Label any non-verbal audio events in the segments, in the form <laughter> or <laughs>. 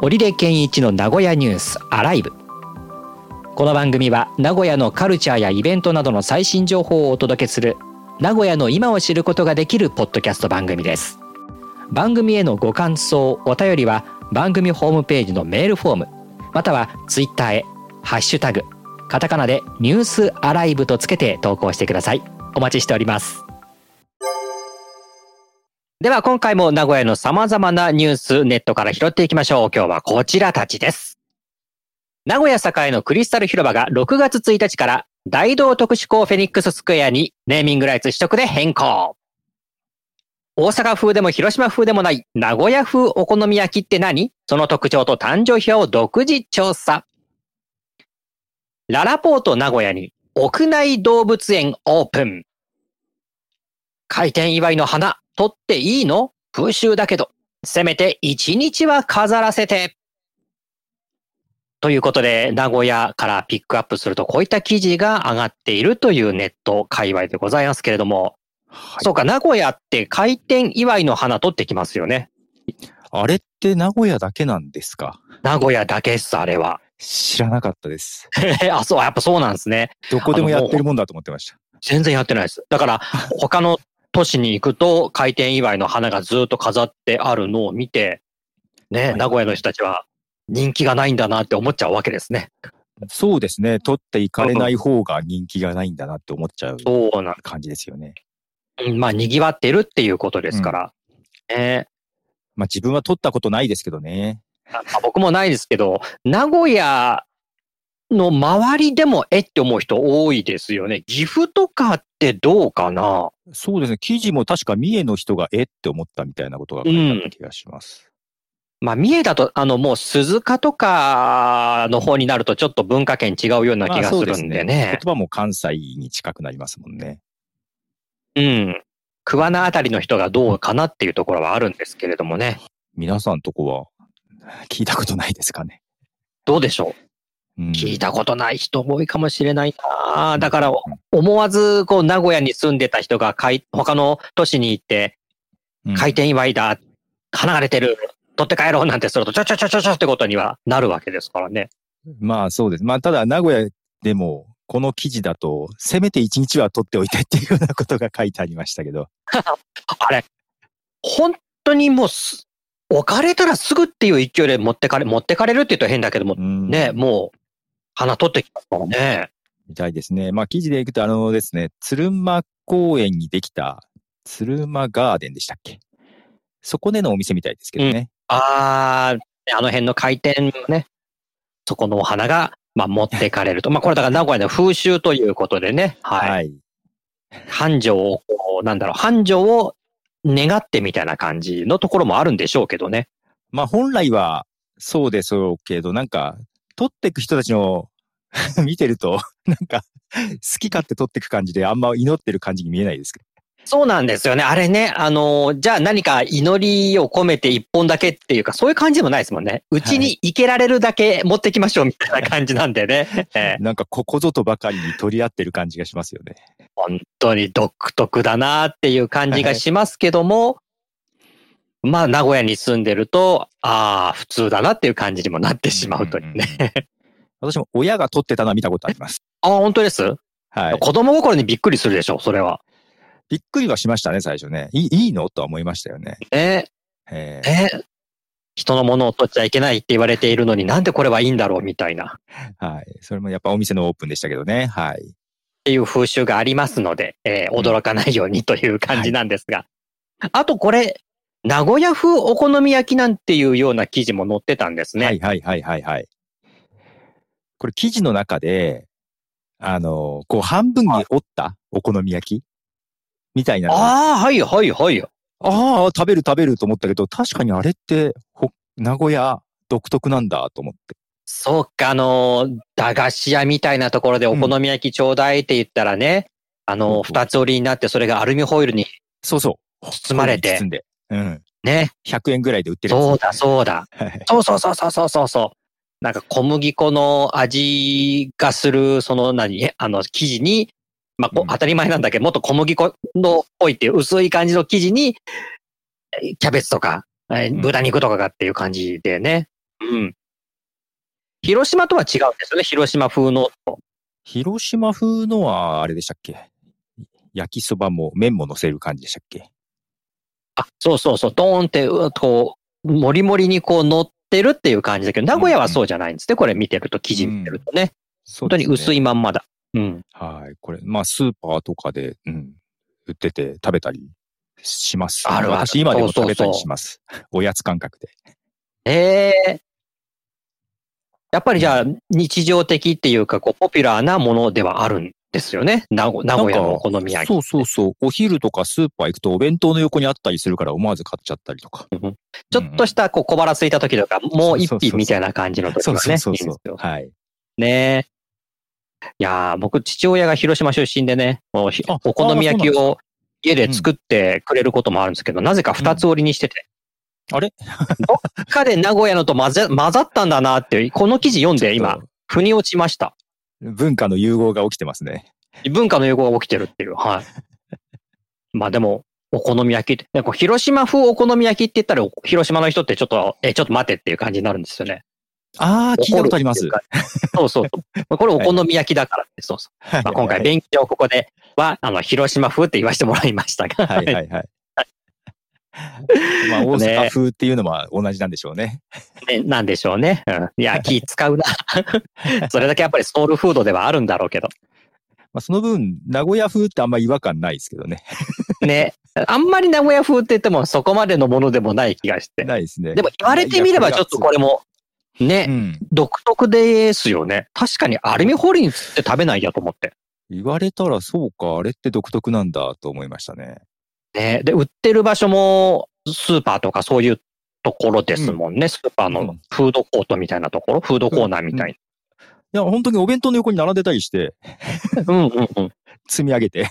織出健一の名古屋ニュースアライブこの番組は名古屋のカルチャーやイベントなどの最新情報をお届けする名古屋の今を知ることができるポッドキャスト番組です番組へのご感想お便りは番組ホームページのメールフォームまたはツイッターへハッシュタグカタカナでニュースアライブとつけて投稿してくださいお待ちしておりますでは今回も名古屋の様々なニュースネットから拾っていきましょう。今日はこちらたちです。名古屋栄のクリスタル広場が6月1日から大道特殊港フェニックススクエアにネーミングライツ取得で変更。大阪風でも広島風でもない名古屋風お好み焼きって何その特徴と誕生秘話を独自調査。ララポート名古屋に屋内動物園オープン。開店祝いの花、取っていいの風習だけど、せめて一日は飾らせて。ということで、名古屋からピックアップすると、こういった記事が上がっているというネット界隈でございますけれども、はいそうか、名古屋って開店祝いの花取ってきますよね。あれって名古屋だけなんですか名古屋だけっす、あれは。 <laughs> 知らなかったです。あ、そう、やっぱそうなんですね。どこでもやってるもんだと思ってました。全然やってないです。だ <laughs> から、他の都市に行くと、開店祝いの花がずっと飾ってあるのを見て、ね、い名古屋の人たちは人気がないんだなって思っちゃうわけですね。 <laughs> そうですね。取っていかれない方が人気がないんだなって思っちゃうそうな感じですよね。ん、まあ、賑わってるっていうことですから。ねまあ自分は取ったことないですけどね。あ僕もないですけど、名古屋の周りでも、えって思う人多いですよね。岐阜とかってどうかなそうですね。記事も確か三重の人がえって思ったみたいなことが書いてあった気がします。まあ、三重だと、あの、もう鈴鹿とかの方になると、ちょっと文化圏違うようなまあ気がすそうるすんで言ね。葉も関西に近くなりますもんね。うん。桑名あたりの人がどうかなっていうところはあるんですけれどもね。皆さんとこは聞いたことないですかね。どうでしょうんう聞いたことない人多いかもしれないなだからうん、思わず、こう、名古屋に住んでた人が開、他の都市に行って、うん開店祝いだ、花が出てる、取って帰ろうなんてすると、ちょちょちょちょちょってことにはなるわけですからね。まあそうです。まあただ名古屋でもこの記事だと、せめて一日は取っておいてっていうようなことが書いてありましたけど、あれ、本当にもうす、置かれたらすぐっていう勢いで持ってかれ、持ってかれるって言うと変だけども、うんね、もう、花取ってきますからね。みたいですね。まあ記事でいくと、あのですね、鶴間公園にできた鶴間ガーデンでしたっけそこでのお店みたいですけどね。あー、あの辺の回転のね、そこのお花が、まあ、持ってかれると。まあ、これだから名古屋の風習ということでね、はい。はい。繁盛をこう、なんだろう、繁盛を願ってみたいな感じのところもあるんでしょうけどね。まあ本来はそうでしょうけど、なんか取ってく人たちの <laughs> 見てると、なんか好き勝手取ってく感じであんま祈ってる感じに見えないですけど。そうなんですよね。あれね、あのーじゃあ何か祈りを込めて一本だけっていうか、そういう感じでもないですもんね。うちに行けられるだけ持ってきましょうみたいな感じなんでね。えーなんかここぞとばかりに取り合ってる感じがしますよね。本当に独特だなっていう感じがしますけども、まあ、名古屋に住んでると、ああ、普通だなっていう感じにもなって <laughs> しまうというね。ね。私も親が撮ってたのは見たことあります。ああ、本当です、はい。子供心にびっくりするでしょ、それは。びっくりはしましたね、最初ね。いいいいのとは思いましたよね。ええー、えー人のものを取っちゃいけないって言われているのになんでこれはいいんだろうみたいな。ーはい。それもやっぱお店のオープンでしたけどね。はい。っていう風習がありますので、えーうん驚かないようにという感じなんですが。あとこれ、名古屋風お好み焼きなんていうような記事も載ってたんですね。はいはいはいはいはい。これ記事の中で、あの、こう半分に折ったお好み焼きみたいなのが。ああ、はいはいはい。ああ、食べる食べると思ったけど、確かにあれって、ほ名古屋独特なんだと思って。そうか、あのー駄菓子屋みたいなところでお好み焼きちょうだいって言ったらね、あうのんー二つ折りになってそれがアルミホイルにそうそう。包まれて包んで。うん。ね、 100円ぐらいで売ってるやつ。そうだそうだ。はいそうそうそうそうそうそうそう。なんか小麦粉の味がする、その何、えあの生地に、まあ、こうん当たり前なんだけど、もっと小麦粉のっぽいっていう薄い感じの生地に、えキャベツとか、えん豚肉とかがっていう感じでね。うん。うん。広島とは違うんですよね。広島風の。 <laughs> 広島風のは、あれでしたっけ焼きそばも麺も乗せる感じでしたっけあ、そうそうそう。ドーンって、うこう、もりもりにこう乗ってるっていう感じだけど、名古屋はそうじゃないんですね。これ見てると、記事見てるとね。本本当に薄い。いまんまだ。うん。はい。これ、まあ、スーパーとかで、うん、売ってて食べたりします。あるある私、今でもそうそうそう食べたりします。おやつ感覚で。ええやっぱりじゃあ、日常的っていうか、こう、ポピュラーなものではあるんですよね。名古名古屋のお好み焼き。そうそうそう。お昼とかスーパー行くと、お弁当の横にあったりするから、思わず買っちゃったりとか。ちょっとしたこう小腹空いた時とか、もう一品みたいな感じの時そがうね。そうそいういんでそうす。よはい。ねえ。いやー僕、父親が広島出身でね、もうひあお好み焼きあーそうを家で作ってくれることもあるんですけど、なぜか二つ折りにしてて。うんあれ <laughs> どっかで名古屋のと混ぜ混ざったんだなっていう、この記事読んで今、。腑に落ちました。文化の融合が起きてますね。文化の融合が起きてるっていう。はい。まあでも、お好み焼きって、ねこう広島風お好み焼きって言ったら、お広島の人ってちょっと、え、ちょっと待てっていう感じになるんですよね。ああ、聞いたことあります。そうそうそう。これお好み焼きだからって、そうそう。はいまあ、今回、勉強ここでは、あの、広島風って言わせてもらいましたが、 <laughs> はいはいはい。 <laughs> まあ、大阪風っていうのは同じなんでしょうね。ねなんでしょうね。うん、いや、気使うな。 <laughs> それだけやっぱりソウルフードではあるんだろうけど。まあ、その分、名古屋風ってあんま違和感ないですけどね。ね。あんまり名古屋風って言ってもそこまでのものでもない気がして。ないですね。でも言われてみればちょっとこれも、うね、ん。独特ですよね。確かにアルミホリンスって食べないやと思って。言われたらそうか、あれって独特なんだと思いましたね。ね。で、売ってる場所もスーパーとかそういうところですもんね。スーパーうのんフードコートみたいなところ、フードコーナーみたいいや、本当にお弁当の横に並んでたりして、な。うんうんうん。積み上げて。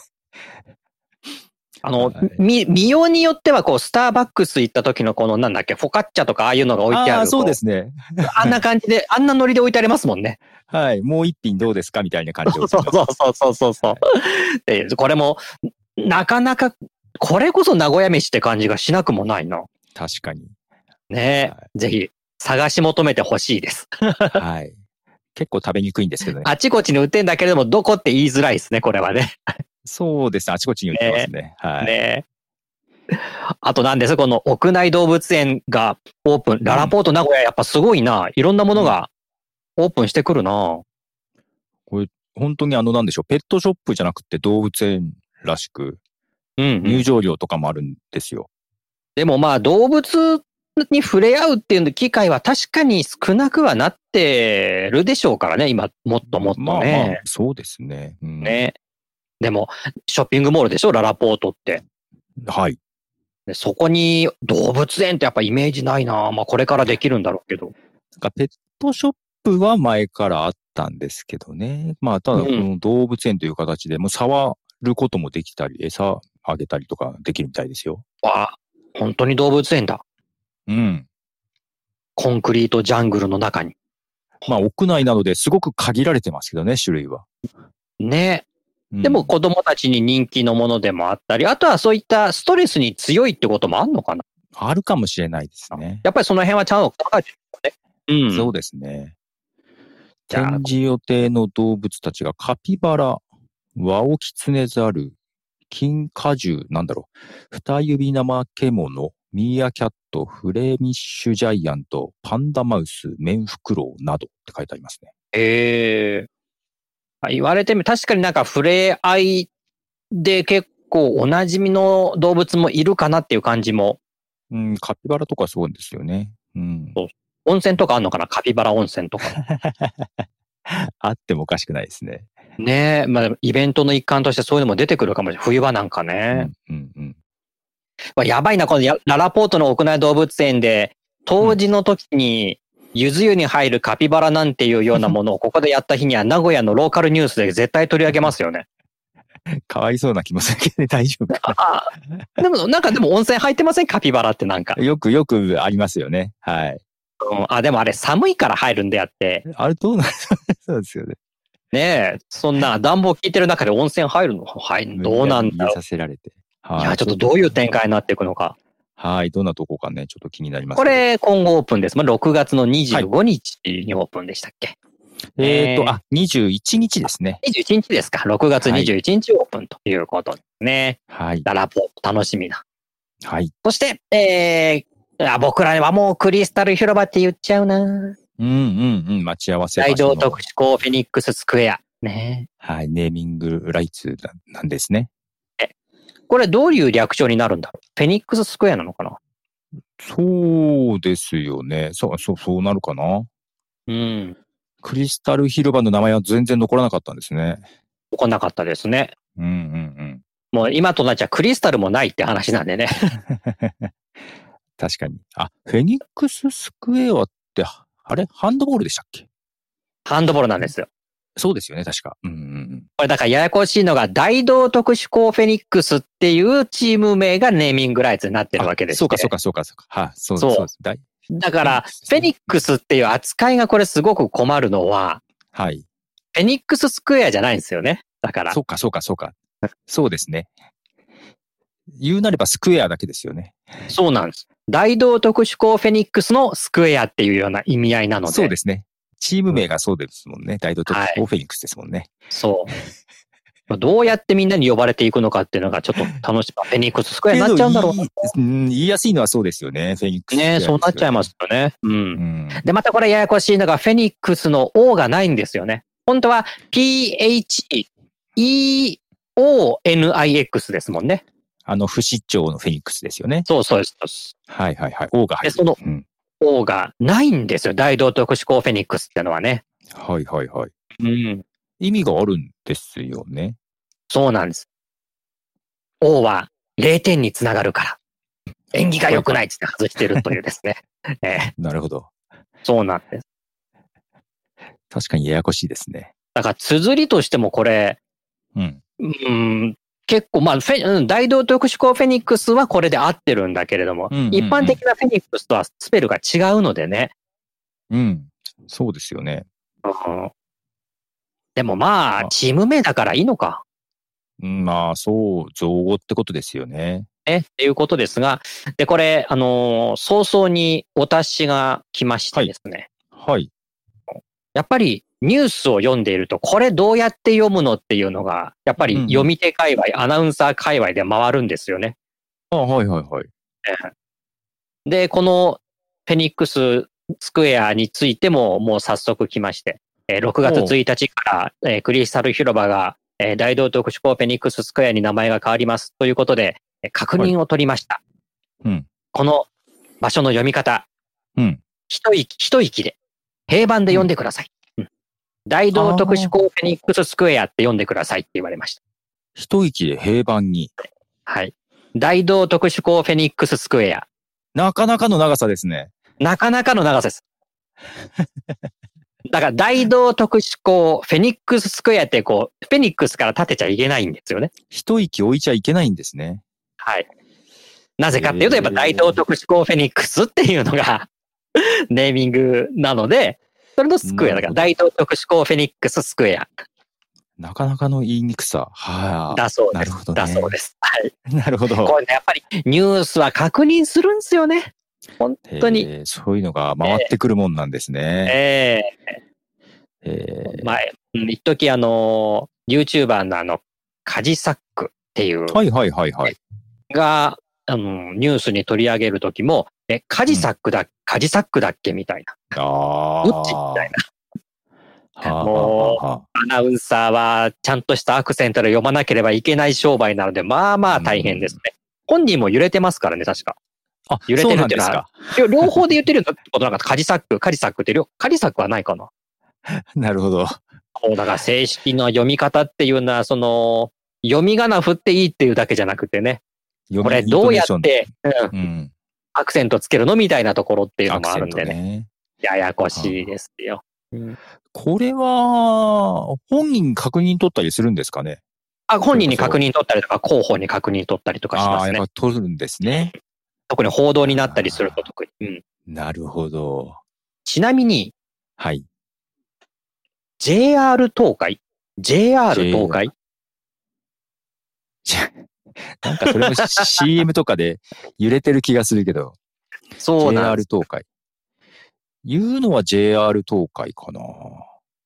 あの、はいみ、見ようによっては、こう、スターバックス行った時のこの、なんだっけ、フォカッチャとか、ああいうのが置いてあある。。あ、そうですすね。あんな感じで、あんなノリで置いてありますもんね。はい。もう一品どうですかみたいな感じ <laughs> そ <laughs> をう。そうそうそうそうそう。えー <laughs> これも、なかなか、これこそ名古屋飯って感じがしなくもないな。確かに。ねえ、はぜひ、探し求めてほしいです。はい。結構食べにくいんですけどね。あちこちに売ってんだけれども、どこって言いづらいですね、これはね。そうですね。あちこちに売ってますね。はい。ねえ。あとなんですこの屋内動物園がオープン。ララポート名古屋やっぱすごいな。いろんなものがオープンしてくるな。本当にあの、なんでしょう。ペットショップじゃなくて動物園らしく、うん、入場料とかもあるんですよ。でもまあ動物に触れ合うっていう機会は確かに少なくはなってるでしょうからね。今、もっともっとね。まあまあ、そうですね。うん、ね。でも、ショッピングモールでしょララポートって。はい。でそこに動物園ってやっぱイメージないな。まあこれからできるんだろうけど。なんかペットショップは前からあったんですけどね。まあ、ただ、うんこの動物園という形でもう触ることもできたり、餌あげたりとかできるみたいですよ。わあ、本当に動物園だ。うん。コンクリートジャングルの中に。まあ、屋内なのですごく限られてますけどね、種類は。ね。うんでも子供たちに人気のものでもあったり、あとはそういったストレスに強いってこともあんのかな。あるかもしれないですね。やっぱりその辺はちゃんと考えてるよね。うそん。うですね。じゃあ展示予定の動物たちがカピバラ、ワオキツネザル、金果樹、なんだろう、二指ナマケモノ、ミーアキャット、フレミッシュジャイアント、パンダマウス、メンフクロウなどって書いてありますね。ええあ言われてみ、確かになんか触れ合いで結構おなじみの動物もいるかなっていう感じも、うん、カピバラとかそうですよね。うん。温泉とかあんのかなカピバラ温泉 <laughs> とか。あってもおかしくないですね。ねえ、まあでもイベントの一環としてそういうのも出てくるかもしれない。冬場なんかうね。ん、うん、うん。わやばいな、このやララポートの屋内動物園で、当時の時に、ゆず湯に入るカピバラなんていうようなものをここでやった日には名古屋のローカルニュースで絶対取り上げますよね。かわいそうな気もするけど、大丈 <laughs> 夫かああでもなんかでも温泉入ってませんカピバラってなんか。な。よくよくありますよね。はい。うんあ、でもあれ寒いから入るんであって、あれどうなん <laughs> そうですよね。ねえ、そんな暖房効いてる中で温泉入るのはい、どうなんだ無理やりろさせられて。う。はいや、ちょっとどういう展開になっていくのか。はい。どんなとこかね、ちょっと気になりますこけど。れ、今後オープンです。まあ、6月の25日にオープンでしたっけ、ええっ、と、ーあ、21日ですね。 ?21 日ですか。6月21日オープンということですね。はい。ララポ、楽しみな。はい。そして、えー、あ僕らはもうクリスタル広場って言っちゃうな。うんうんうん。待ち合わせ場所大の道特殊校フェニックススクエア。ねはい。ネーミングライツななんですね。これどういう略称になるんだろうフェニックススクエアなのかなそうですよね。そう、そう、そうなるかな。うん。クリスタル広場の名前は全然残らなかったんですね。起こんなかったですね。うんうんうん。もう今となっちゃクリスタルもないって話なんでね。 <laughs> 確かに。あ、フェニックススクエアって、あれハンドボールでしたっけハンドボールなんですよ。そうですよね、確か。うんうんうん。これだからややこしいのが、大道特殊校フェニックスっていうチーム名がネーミングライツになってるわけです、あそうかそうかそうかそうか。はい、そうですそうそうです。だいだから、フェニックスっていう扱いがこれすごく困るのは、はい。フェニックススクエアじゃないんですよね。だからそ。うかそうかそうか。そうですね。言うなればスクエアだけですよね。そうなんです。大道特殊校フェニックスのスクエアっていうような意味合いなので。そうですね。チーム名がそうですもんね。大道特は攻フェニックスですもんね。そう。 <laughs> まあどうやってみんなに呼ばれていくのかっていうのがちょっと楽しみ。フェニックススクエアになっちゃうんだろうな。けど言いうん言いやすいのはそうですよね。フェニックススクエアねですよそうなっちゃいま。すよね。う。うんん。で、またこれややこしいのが、フェニックスの O がないんですよね。本当は PHEONIX ですもんね。あの、不死鳥のフェニックスですよね。そうそうですそうです。はいはいはい。王がで、入る。そのうん。 O がないんですよ。大道特殊校フェニックスってのはね。はいはいはい。うん。意味があるんですよね。そうなんです。王は0点につながるから。縁起が良くないっつって外してるというですね。 <laughs> ええなるほど。そうなんです。確かにややこしいですね。だから、綴りとしてもこれ、うん。うーん、結構、まあフェ、うん大道特殊校フェニックスはこれで合ってるんだけれども、うんうんうん一般的なフェニックスとはスペルが違うのでね。うん。そうですよね。うんでもまあ、あチーム名だからいいのか。うんまあ、そう、造語ってことですよね。ね、っていうことですが、で、これ、あのー早々にお達しが来ましてですね。はい。やっぱりニュースを読んでいると、これどうやって読むのっていうのが、やっぱり読み手界隈、アナウンサー界隈で回るんですよね。あはいはいはい。で、このフェニックススクエアについても、もう早速来まして、えー6月おう1日から、えークリスタル広場が、えー大道特殊校フェニックススクエアに名前が変わりますということで、えー確認を取りました。うんこの場所の読み方、うん。一息、一息で、平板で読んでください。うん大道特殊校フェニックススクエアって読んでくださいって言われました。一息で平板に。はい。大道特殊校フェニックススクエア。なかなかの長さですね。なかなかの長さです。 <laughs> だから、大道特殊校フェニックススクエアってこう、フェニックスから立てちゃいけないんですよね。一息置いちゃいけないんですね。はい。なぜかっていうと、へやーっぱ大道特殊校フェニックスっていうのが、ネーミングなので、それのスクエアだから、な大道特殊校フェニックススクエアなかなかの言いにくさ。はい、だそうなでるす。ほどねだそうです。はい。なるほど。これね、やっぱりニュースは確認するんですよね。本本当に。そういうのが回ってくるもんなんですね。えええー前、うん一時あの、YouTuber のあの、カジサックっていうはいはいはいはい。が、あの、ニュースに取り上げるときも、え、カジサックだ、カジサックだっけみたいな。ああ。どっちみたいはあはもうあはあアナウンサーは、ちゃんとしたアクセントで読まなければいけない商売なので、まあまあ大変ですね。本人も揺れてますからね、確か。あ、揺れてるそうなんってでのすはか。両両方で言ってるようなことなかった。カジサック、カジサックって両、カジサックはないかな。なるほど。そう、だから正式な読み方っていうのは、その、読み仮名振っていいっていうだけじゃなくてね、読みこれどうやインっトネーて、うんションうん。アクセントつけるのみたいなところっていうのアクもあセるんントでね、ね。ややこしいですよ。これは、本人確認取ったりするんですかねあ本人に確認取ったりとか、広報に確認取ったりとかしあまあー、すやねっ。ぱ取るんですね。特に報道になったりすると特に。うん、なるほど。ちなみに、はい。 JR 東海、JR 東海、なんかそれも CM とかで揺れてる気がするけど、そうなん JR です。東海。言うのは JR 東海かな。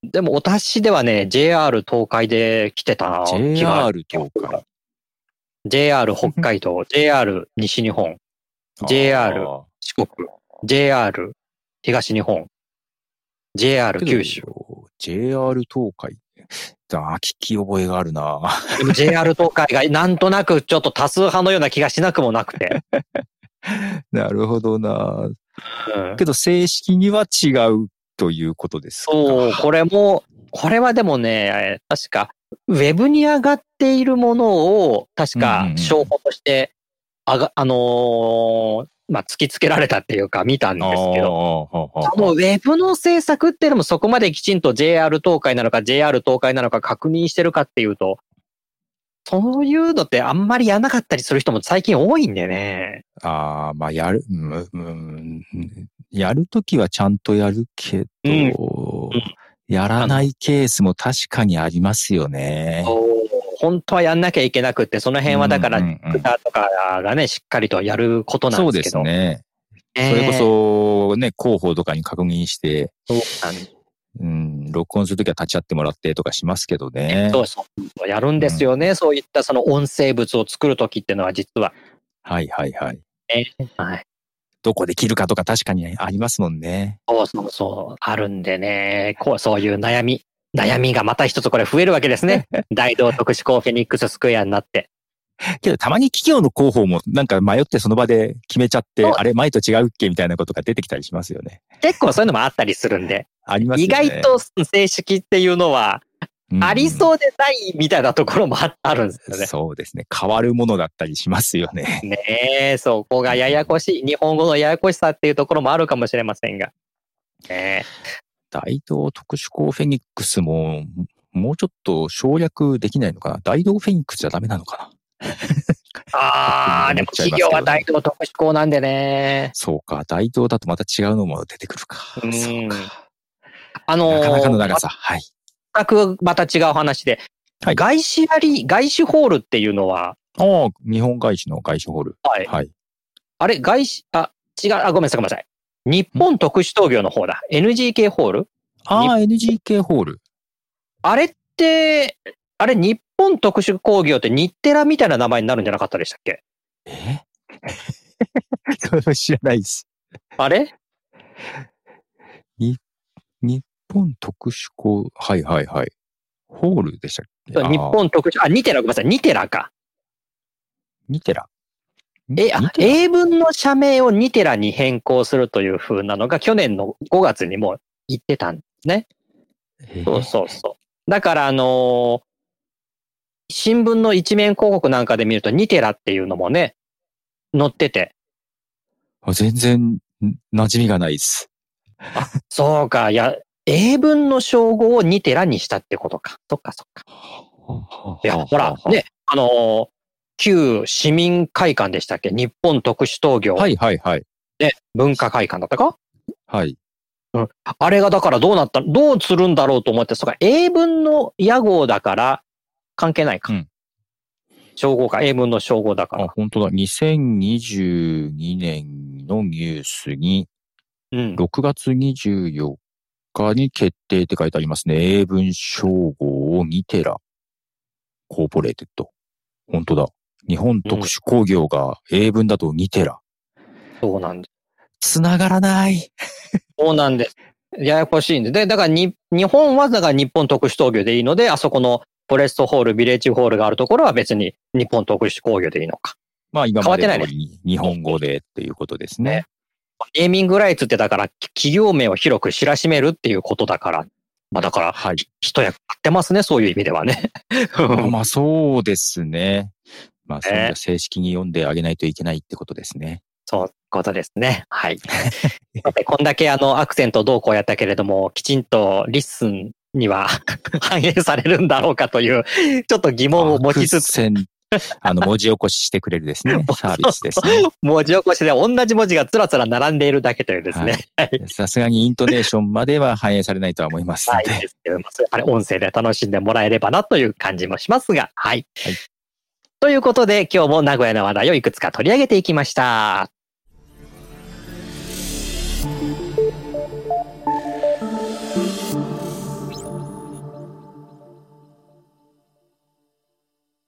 でも、お達しではね、JR 東海で来てた気が JR 東海。 JR 北海道、JR 西日本、JR あ四国、JR 東日本、JR ー九州。。けど JR 東海。あー、聞き覚えがあるな。 <laughs> でも JR 東海が <laughs> なんとなくちょっと多数派のような気がしなくもなくて。なるほどな。うんけど正式には違うということですか。そう、これも、これはでもね、えー確か、ウェブに上がっているものを、確うんうんかう、ん証拠として、あが、あのーまあ、突きつけられたっていうか、見たんですけど、あーそのウェブの制作っていうのもそこまできちんと JR 東海なのか JR 東海なのか確認してるかっていうと、そういうのってあんまりやらなかったりする人も最近多いんでね。ああ、まあ、やる、うん、うん、うんやるときはちゃんとやるけど、うんうんやらないケースも確かにありますよね。本当はやんなきゃいけなくって、その辺はだから、うんツうんうんイッターとかがね、しっかりとやることなそんうでですけすど。ね。そええれこそ、ね、広報とかに確認して、そうなんですうん、録音するときは立ち会ってもらってとかしますけどね。そうそう。やるんですよね。そういったその音声物を作るときってのは実は。はいはいはい。はい。どこで切るかとか確かにありますもんね。そうそうそう。あるんでね。こう、そういう悩み。悩みがまた一つこれ増えるわけです <laughs> ね。大道特殊校フェニックススクエアになって。けど、たまに企業の広報もなんか迷ってその場で決めちゃって、そうあれ、前と違うっけみたいなことが出てきたりしますよね。結構そういうのもあったりするんで。あります意よね。外と正式っていうのは、うん、ありそうでないみたいなところもああるんですよね。そうですね。変わるものだったりしますよね。ねえ、そこがややこしい。日本語のややこしさっていうところもあるかもしれませんが。ねえ <laughs> 大道特殊鋼フェニックスも、もうちょっと省略できないのかな大道フェニックスじゃダメなのかなああ、でも企業は大東特殊校なんでね。そうか。大道だとまた違うのも出てくるか。うんそうか。あのーなかなかの長さ。はい。全くまた違う話で、はい外資あり、外資ホールっていうのは、ああ、日本外資の外資ホール。はいはい。あれ、外資、あ、違う、あ、ごめんなさい、ごめんなさい。日本特殊闘業の方だ。NGK ホールああ、NGK ホール。 <laughs> あれって、あれ、日本特殊工業って日テラみたいな名前になるんじゃなかったでしたっけえそれ知らないです。あれ日本特殊鋼、はいはいはい。ホールでしたっけ日。本特殊、あ、ニテラ、ごめんなさい、ニテラか。ニテラ。え、あニテラ英文の社名をニテラに変更するという風なのが去年の5月にもう言ってたんですね。えそうそうそう。だから、あのー新聞の一面広告なんかで見ると、ニテラっていうのもね、載ってて、あ全然、ん馴染みがないです。そうか、いや、英文の称号をニテラにしたってことか。そっかそっか。いや、ほら、ね、あのー旧市民会館でしたっけ日本特殊陶業はいはいはい。文化会館だったか、はい。あれがだからどうなった、どうするんだろうと思って、そっか、英文の屋号だから、関係ないか。うん称号か、英文の称号だからあ、。本当だ。2022年のニュースに、うん。 6月24日に決定って書いてありますね。英文称号をニテラコーポレーテッド。本当だ。日本特殊工業が英文だとニテラ。そうなんです。つながらない。そうなんです。ややこしいんで。で、だからに、日本はだから日本特殊工業でいいので、あそこのフォレストホール、ビレッジホールがあるところは別に日本特殊工業でいいのか。まあ今まで変わってないね通り日本語でっていうことですね。ネーミングライツってだからき企業名を広く知らしめるっていうことだから、まあだから、はい。一役買ってますね、そういう意味ではね。あまあそうですね。まあ、それねじゃ正式に読んであげないといけないってことですね。 <laughs> そういうことですね。はい。さて、こんだけあの、アクセントどうこうやったけれども、きちんとリッスンには <laughs> 反映されるんだろうかという、ちょっと疑問を持ちつつ、アクセンあの、文字起こししてくれる <laughs> ですね。サービスですね。文字起こしで同じ文字がつらつら並んでいるだけというですね。さすがにイントネーションまでは反映されないとは思いますのはい、で。ですけれども、それあれ音声で楽しんでもらえればなという感じもしますが、はい。ということで、今日も名古屋の話題をいくつか取り上げていきました。